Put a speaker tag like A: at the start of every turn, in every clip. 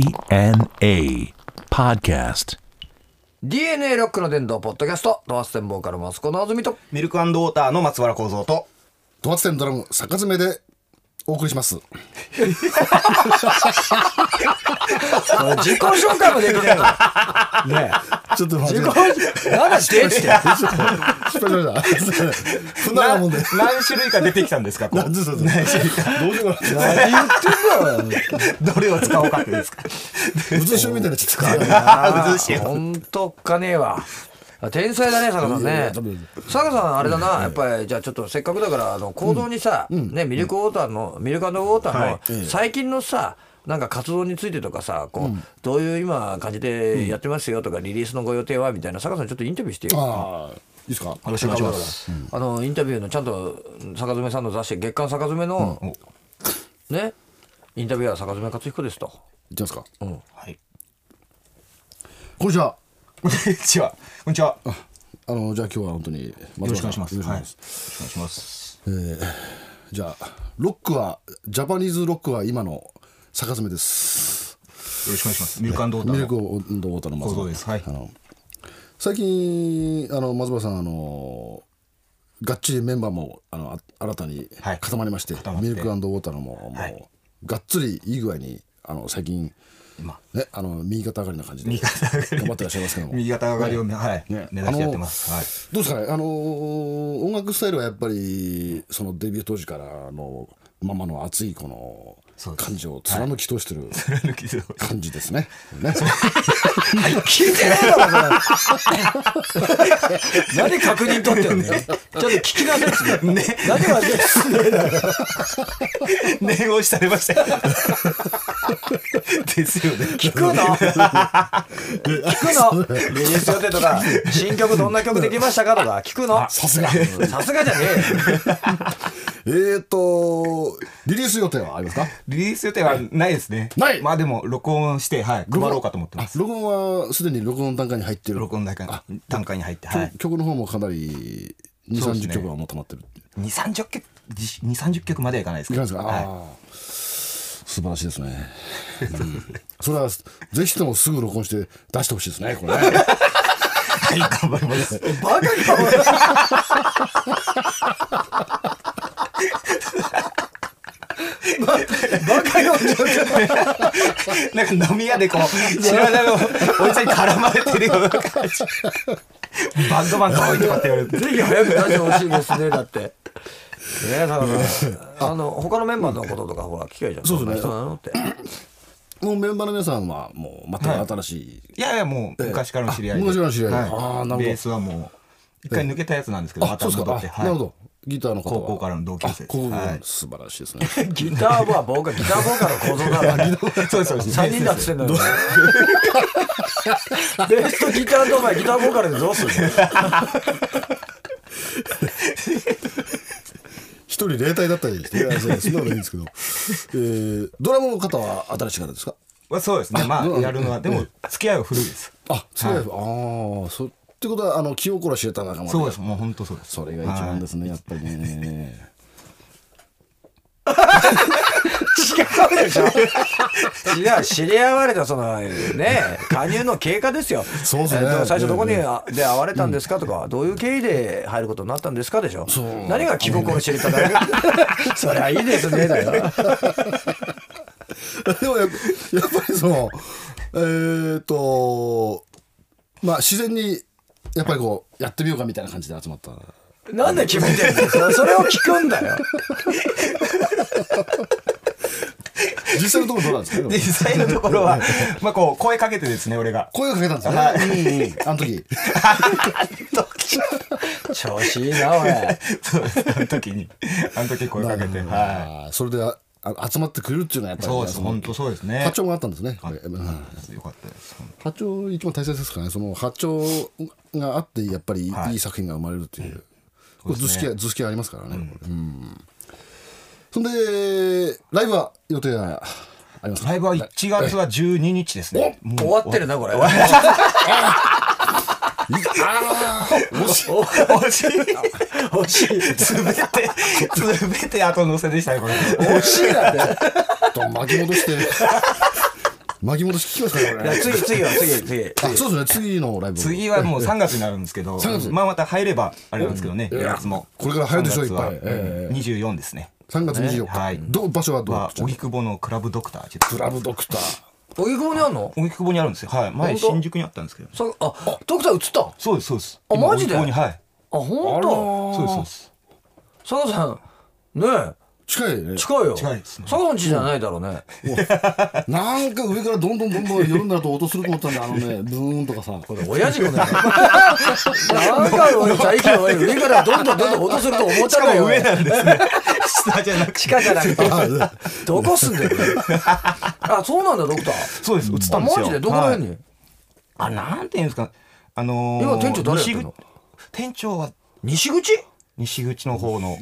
A: DNA Podcast.
B: DNA ロックの伝道ポッドキャスト、ドアステンボーカルマスコのあずみと、
C: ミルクウォーターの松原幸三と。
D: ドアツテンドラム坂詰めでお送りします。
B: 自己紹介もできない の。
D: ねちょっと待って。
B: なんだしてって。
D: 失敗しました。すいません不慣れなもんで。
C: 何種類か出てきたんですかこう
D: そうそうそう。どうしようかな。
C: どれを使おうかってですか
D: うつしみたいになっ ちゃった
C: あー、うずしい
B: ほんとおっかねえわ。あ天才だね、坂さん
D: いやい
B: ね
D: や多分。
B: 坂さん、あれだな、やっぱり、じゃあちょっとせっかくだから、あの、行動にさ、ね、ミルクウォーターの、ミルクウォーターの、最近のさ、なんか活動についてとかさ、こう、どういう今感じでやってますよとか、リリースのご予定はみたいな、坂さんちょっとインタビューしてよ。
D: ああ、いいですか。
C: よろしくお願いします。
B: あの、インタビューのちゃんと、坂詰さんの雑誌、月刊坂詰の、ね、インタビュアー坂詰克彦ですと。
D: いきますか。
C: はい。
D: こんにちは。
C: こんにちは。こんにちは。よ
D: あの、じゃあ今日は本当によ
C: ろしくお願いします。
D: よろくお
C: はい。よ
D: 願い
C: ろしくお願
D: しま
C: いします。
D: すじゃあ、ロックは、ジャパニーズロックは今の坂詰めです。
C: よろしくお願いします。ミルクウォーター
D: ミル
C: の
D: クウォーターの松
C: 幸三
D: 原
C: です。はい
D: あ。の最近あの松原さんあのがっちりメンバーもあのあ新たに
C: はい
D: 固まりまして,、
C: 固まって
D: ミルクウォーターのも、
C: はい
D: もうがっつりいい具合にあの最近、
C: ま
D: ね、あの右肩上がりな感じで
C: 右肩上がり
D: 頑張ってらっしゃいますけども
C: 右肩上がりをね、はい。
D: ね
C: 目指してやってます。はい。
D: どうですかねあのー音楽スタイルはやっぱりそのデビュー当時からのままの熱いこ
C: そう
D: の
C: です
D: 感情を貫き通してる
C: 貫き通して
D: 感じですね。ね
B: 聞いてないだろ、何確認取ってんの よ。ちょっと聞きなさいって。
C: ね、
B: 何がで
C: 念押しされましたよ。 ですよね。
B: 聞くの聞くのリリース予定とか、新曲どんな曲できましたかとか、聞くの
D: さすが
B: さすがじゃねえよ。
D: えーとリリース予定はありますか
C: リリース予定はないですね。
D: ない
C: まあでも、録音して、はい、配ろうかと思ってます。
D: 録音はすでに録音段階に入ってる
C: 録音段階
D: あ
C: 段階に入って、はい。
D: 曲の方もかなり
C: そうです
D: 2030
C: ね
D: 曲はもう溜まってる
C: 2、30曲、2、30曲まではいかないです
D: い
C: け
D: か
C: ど。
D: がですか、あ
C: は
D: ー素晴らしいですね、うんそれはぜひともすぐ録音して出してほしいですねこれね
C: い、はい頑張ります。
B: バカに顔がバカよ
C: なんか飲み屋でこう、知らないのおじさんに絡まれてるような感じ。バンドマンかわいいとかって言われて。
B: ぜひ早く出してほしいですね、だって。ねえ、だから、あの、他のメンバーのこととか、ほら、聞きゃいいじゃん。
D: そうですね
B: どんな人なのって。
D: もうメンバーの皆さんはもう全く新しい、
C: いやいや、もう昔からの知り合いで。
D: 昔からの知り合いで
C: は
D: あーなるほど
C: ベースはもう、一回抜けたやつなんですけど、ま
D: あ
C: た
D: そうです
C: 戻
D: か
C: って。
D: あなるほどギターの方
C: 高
D: は
C: 校からの同級生です
D: あ高校からの
C: はい
D: 素晴らしいですね
B: ギターは、僕はギターボーカルの構造だ から。
C: はいそうです、そうです。
B: 3人だっつってんのよ。ベースとギターとお前ギターボーカルでどうするの
D: 一人例体だったりしていやそうそんなのいいんですけど、えードラムの方は新しい方ですか
C: まあそうですね。まあ、
D: どう
C: やるのは、でも、付き合いは古いです。
D: あ、そうです。ああ、そうってことはあの気心知れた仲間で
C: そうです、もう本当そうです。
D: それが一番ですね、やっぱりね。
B: 違うでしょ 違う、知り合われた、その、ね、加入の経過ですよ。
D: そうですね
B: えっと最初どこにあで会われたんですかとか、どういう経緯で入ることになったんですかでしょ。何が気心知れただけ そりゃいいですね、だよ。
D: でもやっぱやっぱりその、えー、と、まあ自然に、やっぱりこう、やってみようかみたいな感じで集まった。
B: なんで決めてんの そそれを聞くんだよ。
D: 実際のところどうなん ですか
C: 実際のところは、 まあこう、声かけてですね、俺が。
D: 声をかけたんですよね。うんうん、あの時。
B: 調子いいな、俺。
C: そうです、あの時に。あの時声かけて。は
D: あーそれでああ集まってくれるっていうのはや
C: い。
D: っぱりね、
C: そうです、本当そうですね。
D: 波長があったんですね。これうん
C: よかったです。
D: 波長一番大切ですからねその波長があってやっぱりいい,、
C: はい
D: 作品が生まれるっていう、これ
C: そうで
D: 図
C: す
D: 式
C: ね
D: は図式はありますからね、これうんそんでライブは予定は ありますか
C: ライブは1月は12日ですね。も う
B: 終わってるな、これ。
C: 惜しい。惜しい。すべて、すべて後乗せでしたね、これ。
B: 惜しいなって。
D: ちょっと巻き戻して巻き戻し聞きますかね、こ
B: いや
D: れ。
B: 次次は次次
D: あ、そうですね、次のライブ。
C: 次はもう3月になるんですけど
D: 3月、
C: まあまた入ればあれなんですけどね、予約も。
D: これから入るでしょ
C: 3月はい
D: っぱいええ
C: 24ですね。
D: 3月24日。
C: はい
D: どう場所はどう
C: は、荻窪のクラブドクターっていうとこ
D: クラブドクター。
B: 荻窪にあんの
C: 荻窪にあるんですよ。はい。前、
B: 本当
C: 新宿にあったんですけど。
B: さあドクター映ったあ
C: そうです、そうです。
B: あ
C: 今
B: マジで
C: 荻窪にはい。
B: 本当
C: そうです、そうです。
B: 佐賀さんね
D: 近いね
B: え。近いよ
C: 近いですね
B: 佐賀さん家じゃないだろうね
D: なんか上からどんどんどんどん夜になると音すると思ったんだ、あのね、ブーンとかさ。これ
B: 親父この野郎なんか俺最近俺上からどんどんどんどん落とすると思っ
C: した
B: の
C: かも
B: よ
C: 上なんですね。下じゃなくて。
B: 地下じゃなくてどこ住んでるあそうなんだドクター
C: そうです、映った
B: あ
C: んですよ。
B: マジでどこら辺
C: はい
B: に
C: あ、なんていうんですか。あのー、
B: 今店長誰やってんの
C: 西口店長は
B: 西口
C: 西口の方の、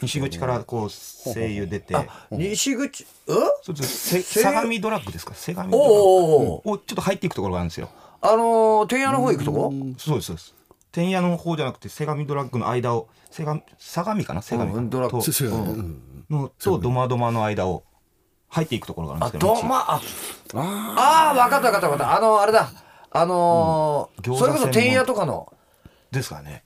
C: 西口からこう、声優出て、
B: 西口え
C: そうです、
B: せ
C: せ相模ドラッグですか相模ドラッグ
B: おうおうおう
C: をちょっと入っていくところがあるんですよ。
B: あのー天野の方行くとこ
C: そうです、そうです。天屋の方じゃなくて、相模ドラッグの間を、相模、相模かな相模か
B: うん
C: な
B: ドラッグ
C: と
D: 違うねうん
C: のとドマドマの間を入っていくところがある
B: あ
C: んですけど
B: どまあああ分かった分かった分かったあのあれだあのー
C: うん餃子
B: それこそ
C: 専門
B: 天野とかの
C: ですからね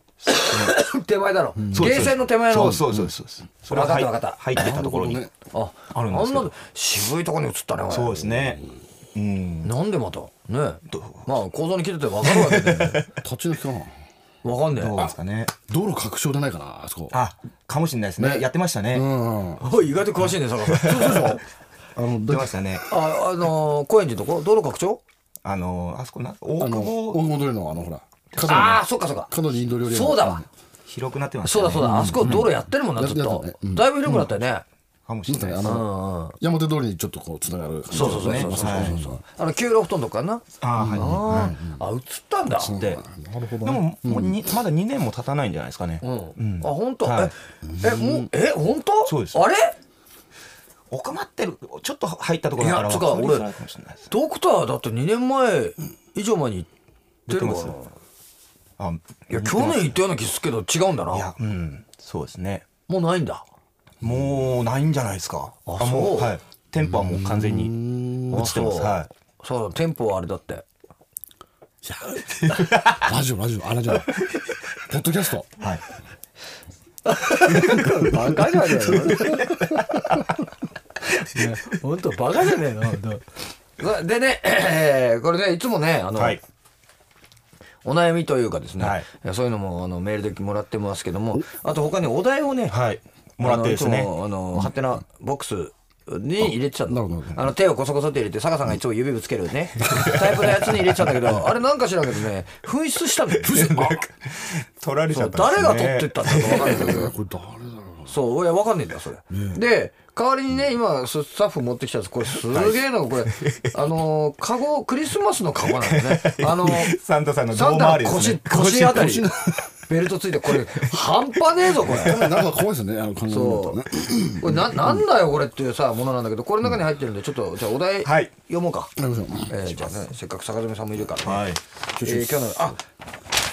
B: 手前だろ
C: そう
B: ゲ
C: で
B: ー
C: す
B: センの手前の
C: そうですそうですそうですそれ
B: 分か
C: は
B: った分か
C: 入
B: った
C: 入っていったところに
D: ね
B: あ
C: あるん
B: あ
C: で
B: ん
C: すけど
B: な渋いとこに映ったねおい
C: そうですねうん
B: なんでまたね
C: ど
B: まあ構造に来てて分かるわけね
D: 立ち退きかな。
B: 分かんね
C: どう
B: え
C: ですかね
D: 道路拡張でないかな、あそこ。
C: あかもしれないですねやってましたね
D: う
C: やっ
D: ん。あ
B: おい意外と詳しいね坂さんそうそうそう
D: の、
C: て
D: だ
C: ましたね
B: ああのー高円寺のとこ道路拡張
C: あのあそこな大
D: あ
C: 久
D: の、
C: 保
D: 大久保通りの、あの、ほら、角の
B: あ
D: ね、
B: あそっかそっか
D: 角にインド料理屋の
B: そうだわ
C: 広くなってまし
B: そう
C: た
B: だそ
C: ね
B: うだあそこ道路やってるもんな
D: うん
B: ずっ
D: やっ
B: と
D: てたねうん
B: だいぶ広くなったよね
C: かもしれないです
D: あ
B: う
D: の
B: んうん
D: 山手通りにちょっとこう、つながる。
B: そうそうそうそうそうそうそうあの旧ロフトのとこかな
C: あーは
B: あーあ映ったんだって
D: なるほ
C: い
D: ど
C: で
D: ね。
C: ももうにまだ2年も経たないんじゃないですかね
B: うんあ本当
C: は
B: え
C: い
B: えもうえ本当
C: そうです
B: あれ
C: 奥まってるちょっと入ったところだから
B: いやつうか
C: 分りづらいかもしれないです
B: ドクターだって2年前以上前に行ってるのかな
C: 出てあ
B: いや去年行ったような気するけど違うんだない
C: やうんそうですね
B: もうないんだ
C: もうないんじゃないですか。
B: あ
C: も
B: そう
C: はい。店舗はもう完全に落ちてます。は
B: そうだ店舗はあれだって
D: ラジオ、ラジオ、あ、ラ ジオ。ポッドキャスト。
C: い。はい。
B: バカじゃねえの本当バカじゃねえの本当でね、えーこれねいつもねあの、
C: はい。
B: お悩みというかですね、
C: はい
B: えーそういうのもあのメールでもらってますけどもあと他にお題をね、
C: はい。もらってです
B: あのい
C: ね
B: つ。もあのハテナボックスに入れてた
D: なるほ
B: の
D: ど
B: あの手をこそこそって入れて坂さんがいつも指ぶつけるね タイプのやつに入れてたんだけどあれなんか知らんけどね紛失したんだよ
C: 取られちゃ
B: そう
C: ったん
B: 誰
C: ですね。
B: が取ってったんだか分かんないけど
D: これ誰だろ
B: そういや分かんねえんだよそれ、で代わりにね今ススタッフ持ってきたやつこれすげえのこ れあのーカゴクリスマスのカゴなんだねあのー
C: サンタさんの
B: サン
C: 胴
B: タ
C: 回
B: の
C: りです
B: 腰
C: ね。
B: 腰あたりベルトついてこれ半端ねえぞこれ
D: う。なんか怖いですね、あの、考えると
B: そ
D: ね。
B: う。これな、なんだよ、これっていうさ、ものなんだけど、これの中に入ってるんで、ちょっと、じゃあお題、
C: はい
B: 読もうか。
D: なるほど。
B: えーじゃあね、せっかく坂爪さんもいるから、ね。
C: はい。
B: えー今日の、あ、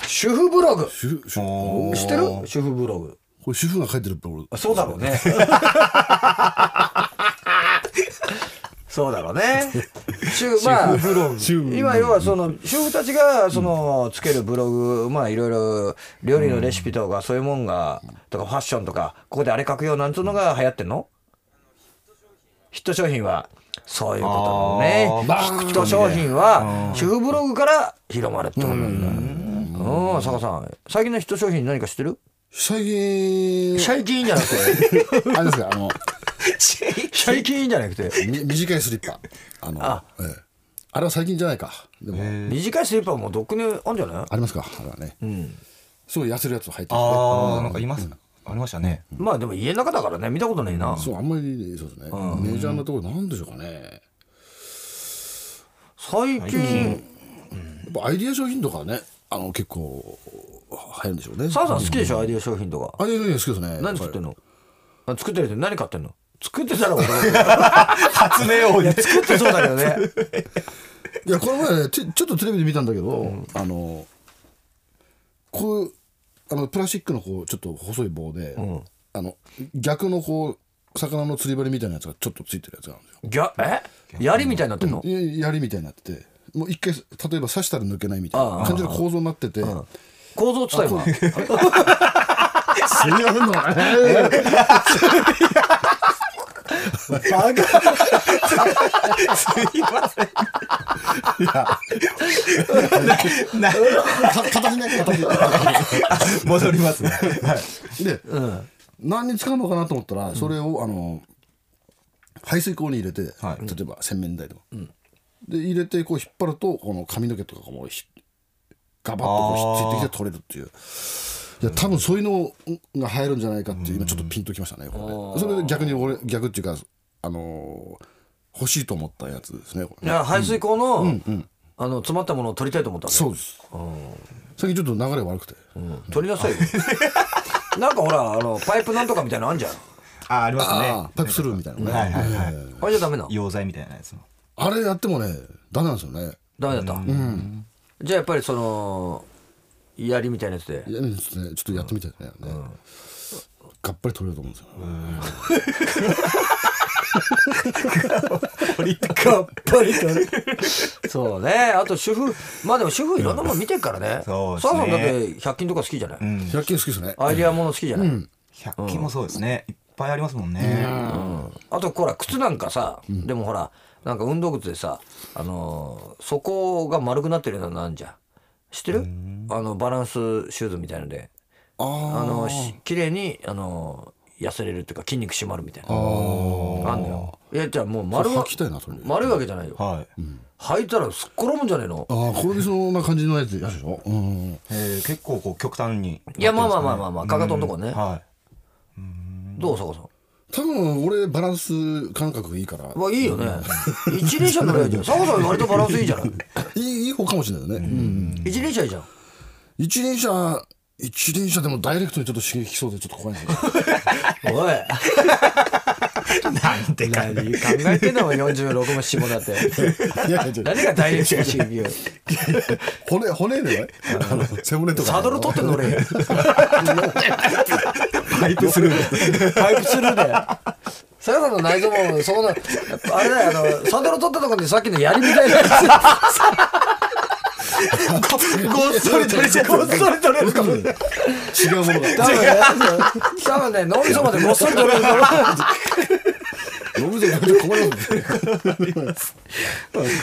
B: 主婦ブログ。知
D: 主婦、主婦
C: お
B: ってる主婦ブログ。
D: これ主婦が書いてるブログ。
B: あそうだろう ね。そうだろうね。主婦まあ、今要はその主婦たちがそのつけるブログ、まあいろいろ料理のレシピとかそういうもんがとかファッションとかここであれ書くよなんつうのが流行ってんの？ヒット商品はそういうことなのね。ヒ
C: あー
B: ット商品は主婦ブログから広まるってことなんだ。うん、佐賀さん、最近のヒット商品何か知ってる？
D: 最近、
B: 最近じゃなくて、
D: あれですか、あの、
B: 最近じゃなくて。
D: み短いスリッパ。あの、
B: あ
D: ええあれは最近じゃないか。でも、
B: 短いスリッパもどっくにあんじゃない
D: ありますか、あれはね。すごい痩せるやつを履いてる。
C: ああ、なんかいます。ありましたね。
B: まあでも家の中だからね見たことないな
D: そう、あんまり、そうですね。メジャーなところ、なんでしょうかね。
B: 最近
D: やっぱアイディア商品とかね、あの、結構、流行るんでしょうね。
B: 澤さん好きでしょアイデア商品とか
D: アイディア商品好きですね。
B: 何作ってん
D: の
B: のあ作ってるって何買ってんの作ってたら俺
C: 発明王に。
B: 作ってそうだけどね
D: いや、この前ね、ちちょっとテレビで見たんだけど、あの、こういう、あの、プラスチックのこう、ちょっと細い棒で、あの、逆のこう、魚の釣り針みたいなやつがちょっとついてるやつがあるんですよ。
B: ぎゃえ槍みたいになってんの、
D: い槍みたいになっててもう一回例えば刺したら抜けないみたいな感じの構造になってて。
B: 構造伝えも
D: すいませんのね。
C: す
D: バカ。
C: いません。 なな
D: か形ね形。
C: 戻りますね。はい
D: で、何に使うのかなと思ったらそれをあの排水口に入れて、例
C: はい
D: えば洗面台とか、で入れてこう引っ張るとこの髪の毛とかがもうひガバッとこうひっついてきて取れるっていう。いや多分そういうのが入るんじゃないかっていう今ちょっとピンときましたね、これねそれで逆に俺逆っていうかあのー欲しいと思ったやつですねこ
B: い
D: れね
B: や排水口の,、あの詰まったものを取りたいと思ったの
D: そうです最近ちょっと流れ悪くて、
B: 取りな さいよなんかほらあのパイプなんとかみたいなのあんじゃん
C: あ、ありますね。
D: ああパイプスルーみたいなのね、
C: はいはいは
B: あ
C: い。
B: れじゃダメなの
C: 溶剤みたいなやつの。
D: あれやってもねダメなんですよね
B: ダメだった、じゃあやっぱりその槍みたいなやつで
D: いやですねちょっとやってみたいですね、ねがっぱり取れると思うんですよ、
B: がっぱりとそうねあと主婦まあでも主婦いろんなもの見てるからね
C: そうですね
B: 澤さんだって100均とか好きじゃない、
D: 100均好きですね
B: アイディアもの好きじゃない、
C: 百均もそうですね。いっぱいありますもんね。
B: あとほら靴なんかさ、でもほらなんか運動靴でさあのー底が丸くなってるようなのあんじゃん知ってるあのバランスシューズみたいので
D: あ
B: あ
D: ー
B: のし綺麗にあの痩せれるっていうか筋肉締まるみたいなあんのよいやじゃあもう丸
D: それ
B: は
D: 履きたいなそれ
B: 丸いわけじゃないよ
C: はい。
B: 履いたらすっ転ぶんじゃねえの
D: あーこれでそんな感じのやつやつでしょ、うん、
C: えー結構こう極端に。
B: いやまあまあまあまあまあかかとのとこね
C: は
B: どう坂さん
D: 多分俺バランス感覚がいいから
B: まあいいよね一輪車乗ればい いじゃん坂さん割とバランスいいじゃない
D: いいいい方かもしれないよね、うん
B: 一輪車い いじゃん
D: 一輪車一輪車でもダイレクトにちょっと刺激きそうでちょっと怖いんですよ
B: おい
C: い。なんてか。
B: 何考えてんだもん46も下だって
D: いやいやいや
B: 誰が大連中心に
D: 骨骨でねあの 背骨とか
B: サドル取って乗 れよ
C: パイプス ルー。
B: パイプスルーでさやさんの内臓もそこのあれだよあのサドル取ったところでさっきの槍みたいなやつ
C: ごっそり取れちゃった。ごっそり取れる。
D: 違うもの
B: 多
D: が
B: 分ね多分ね脳みそまでごっそり取れるから
D: 飲むじゃなくて困るんですよ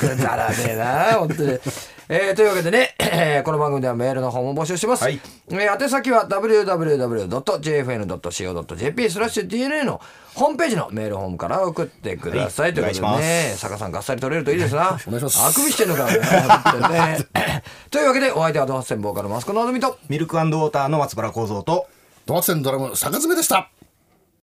B: くだらねえな本当に。 えーというわけでね、えーこの番組ではメールの方も募集してます。
C: はい
B: えー宛先は www.jfn.co.jp スラッシュ DNA のホームページのメールホームから送ってください。
C: はい
B: ということ
C: お願い
B: で
C: し
B: ね、坂さんがっさり取れるといいですな。
D: お願いします
B: あくびしてんのかね。本当に ねというわけで、お相手はドハッセンボーカルマスコのあずみと。
C: ミルクウォーターの松原幸三と。
D: ドアクセンドラム坂詰めでした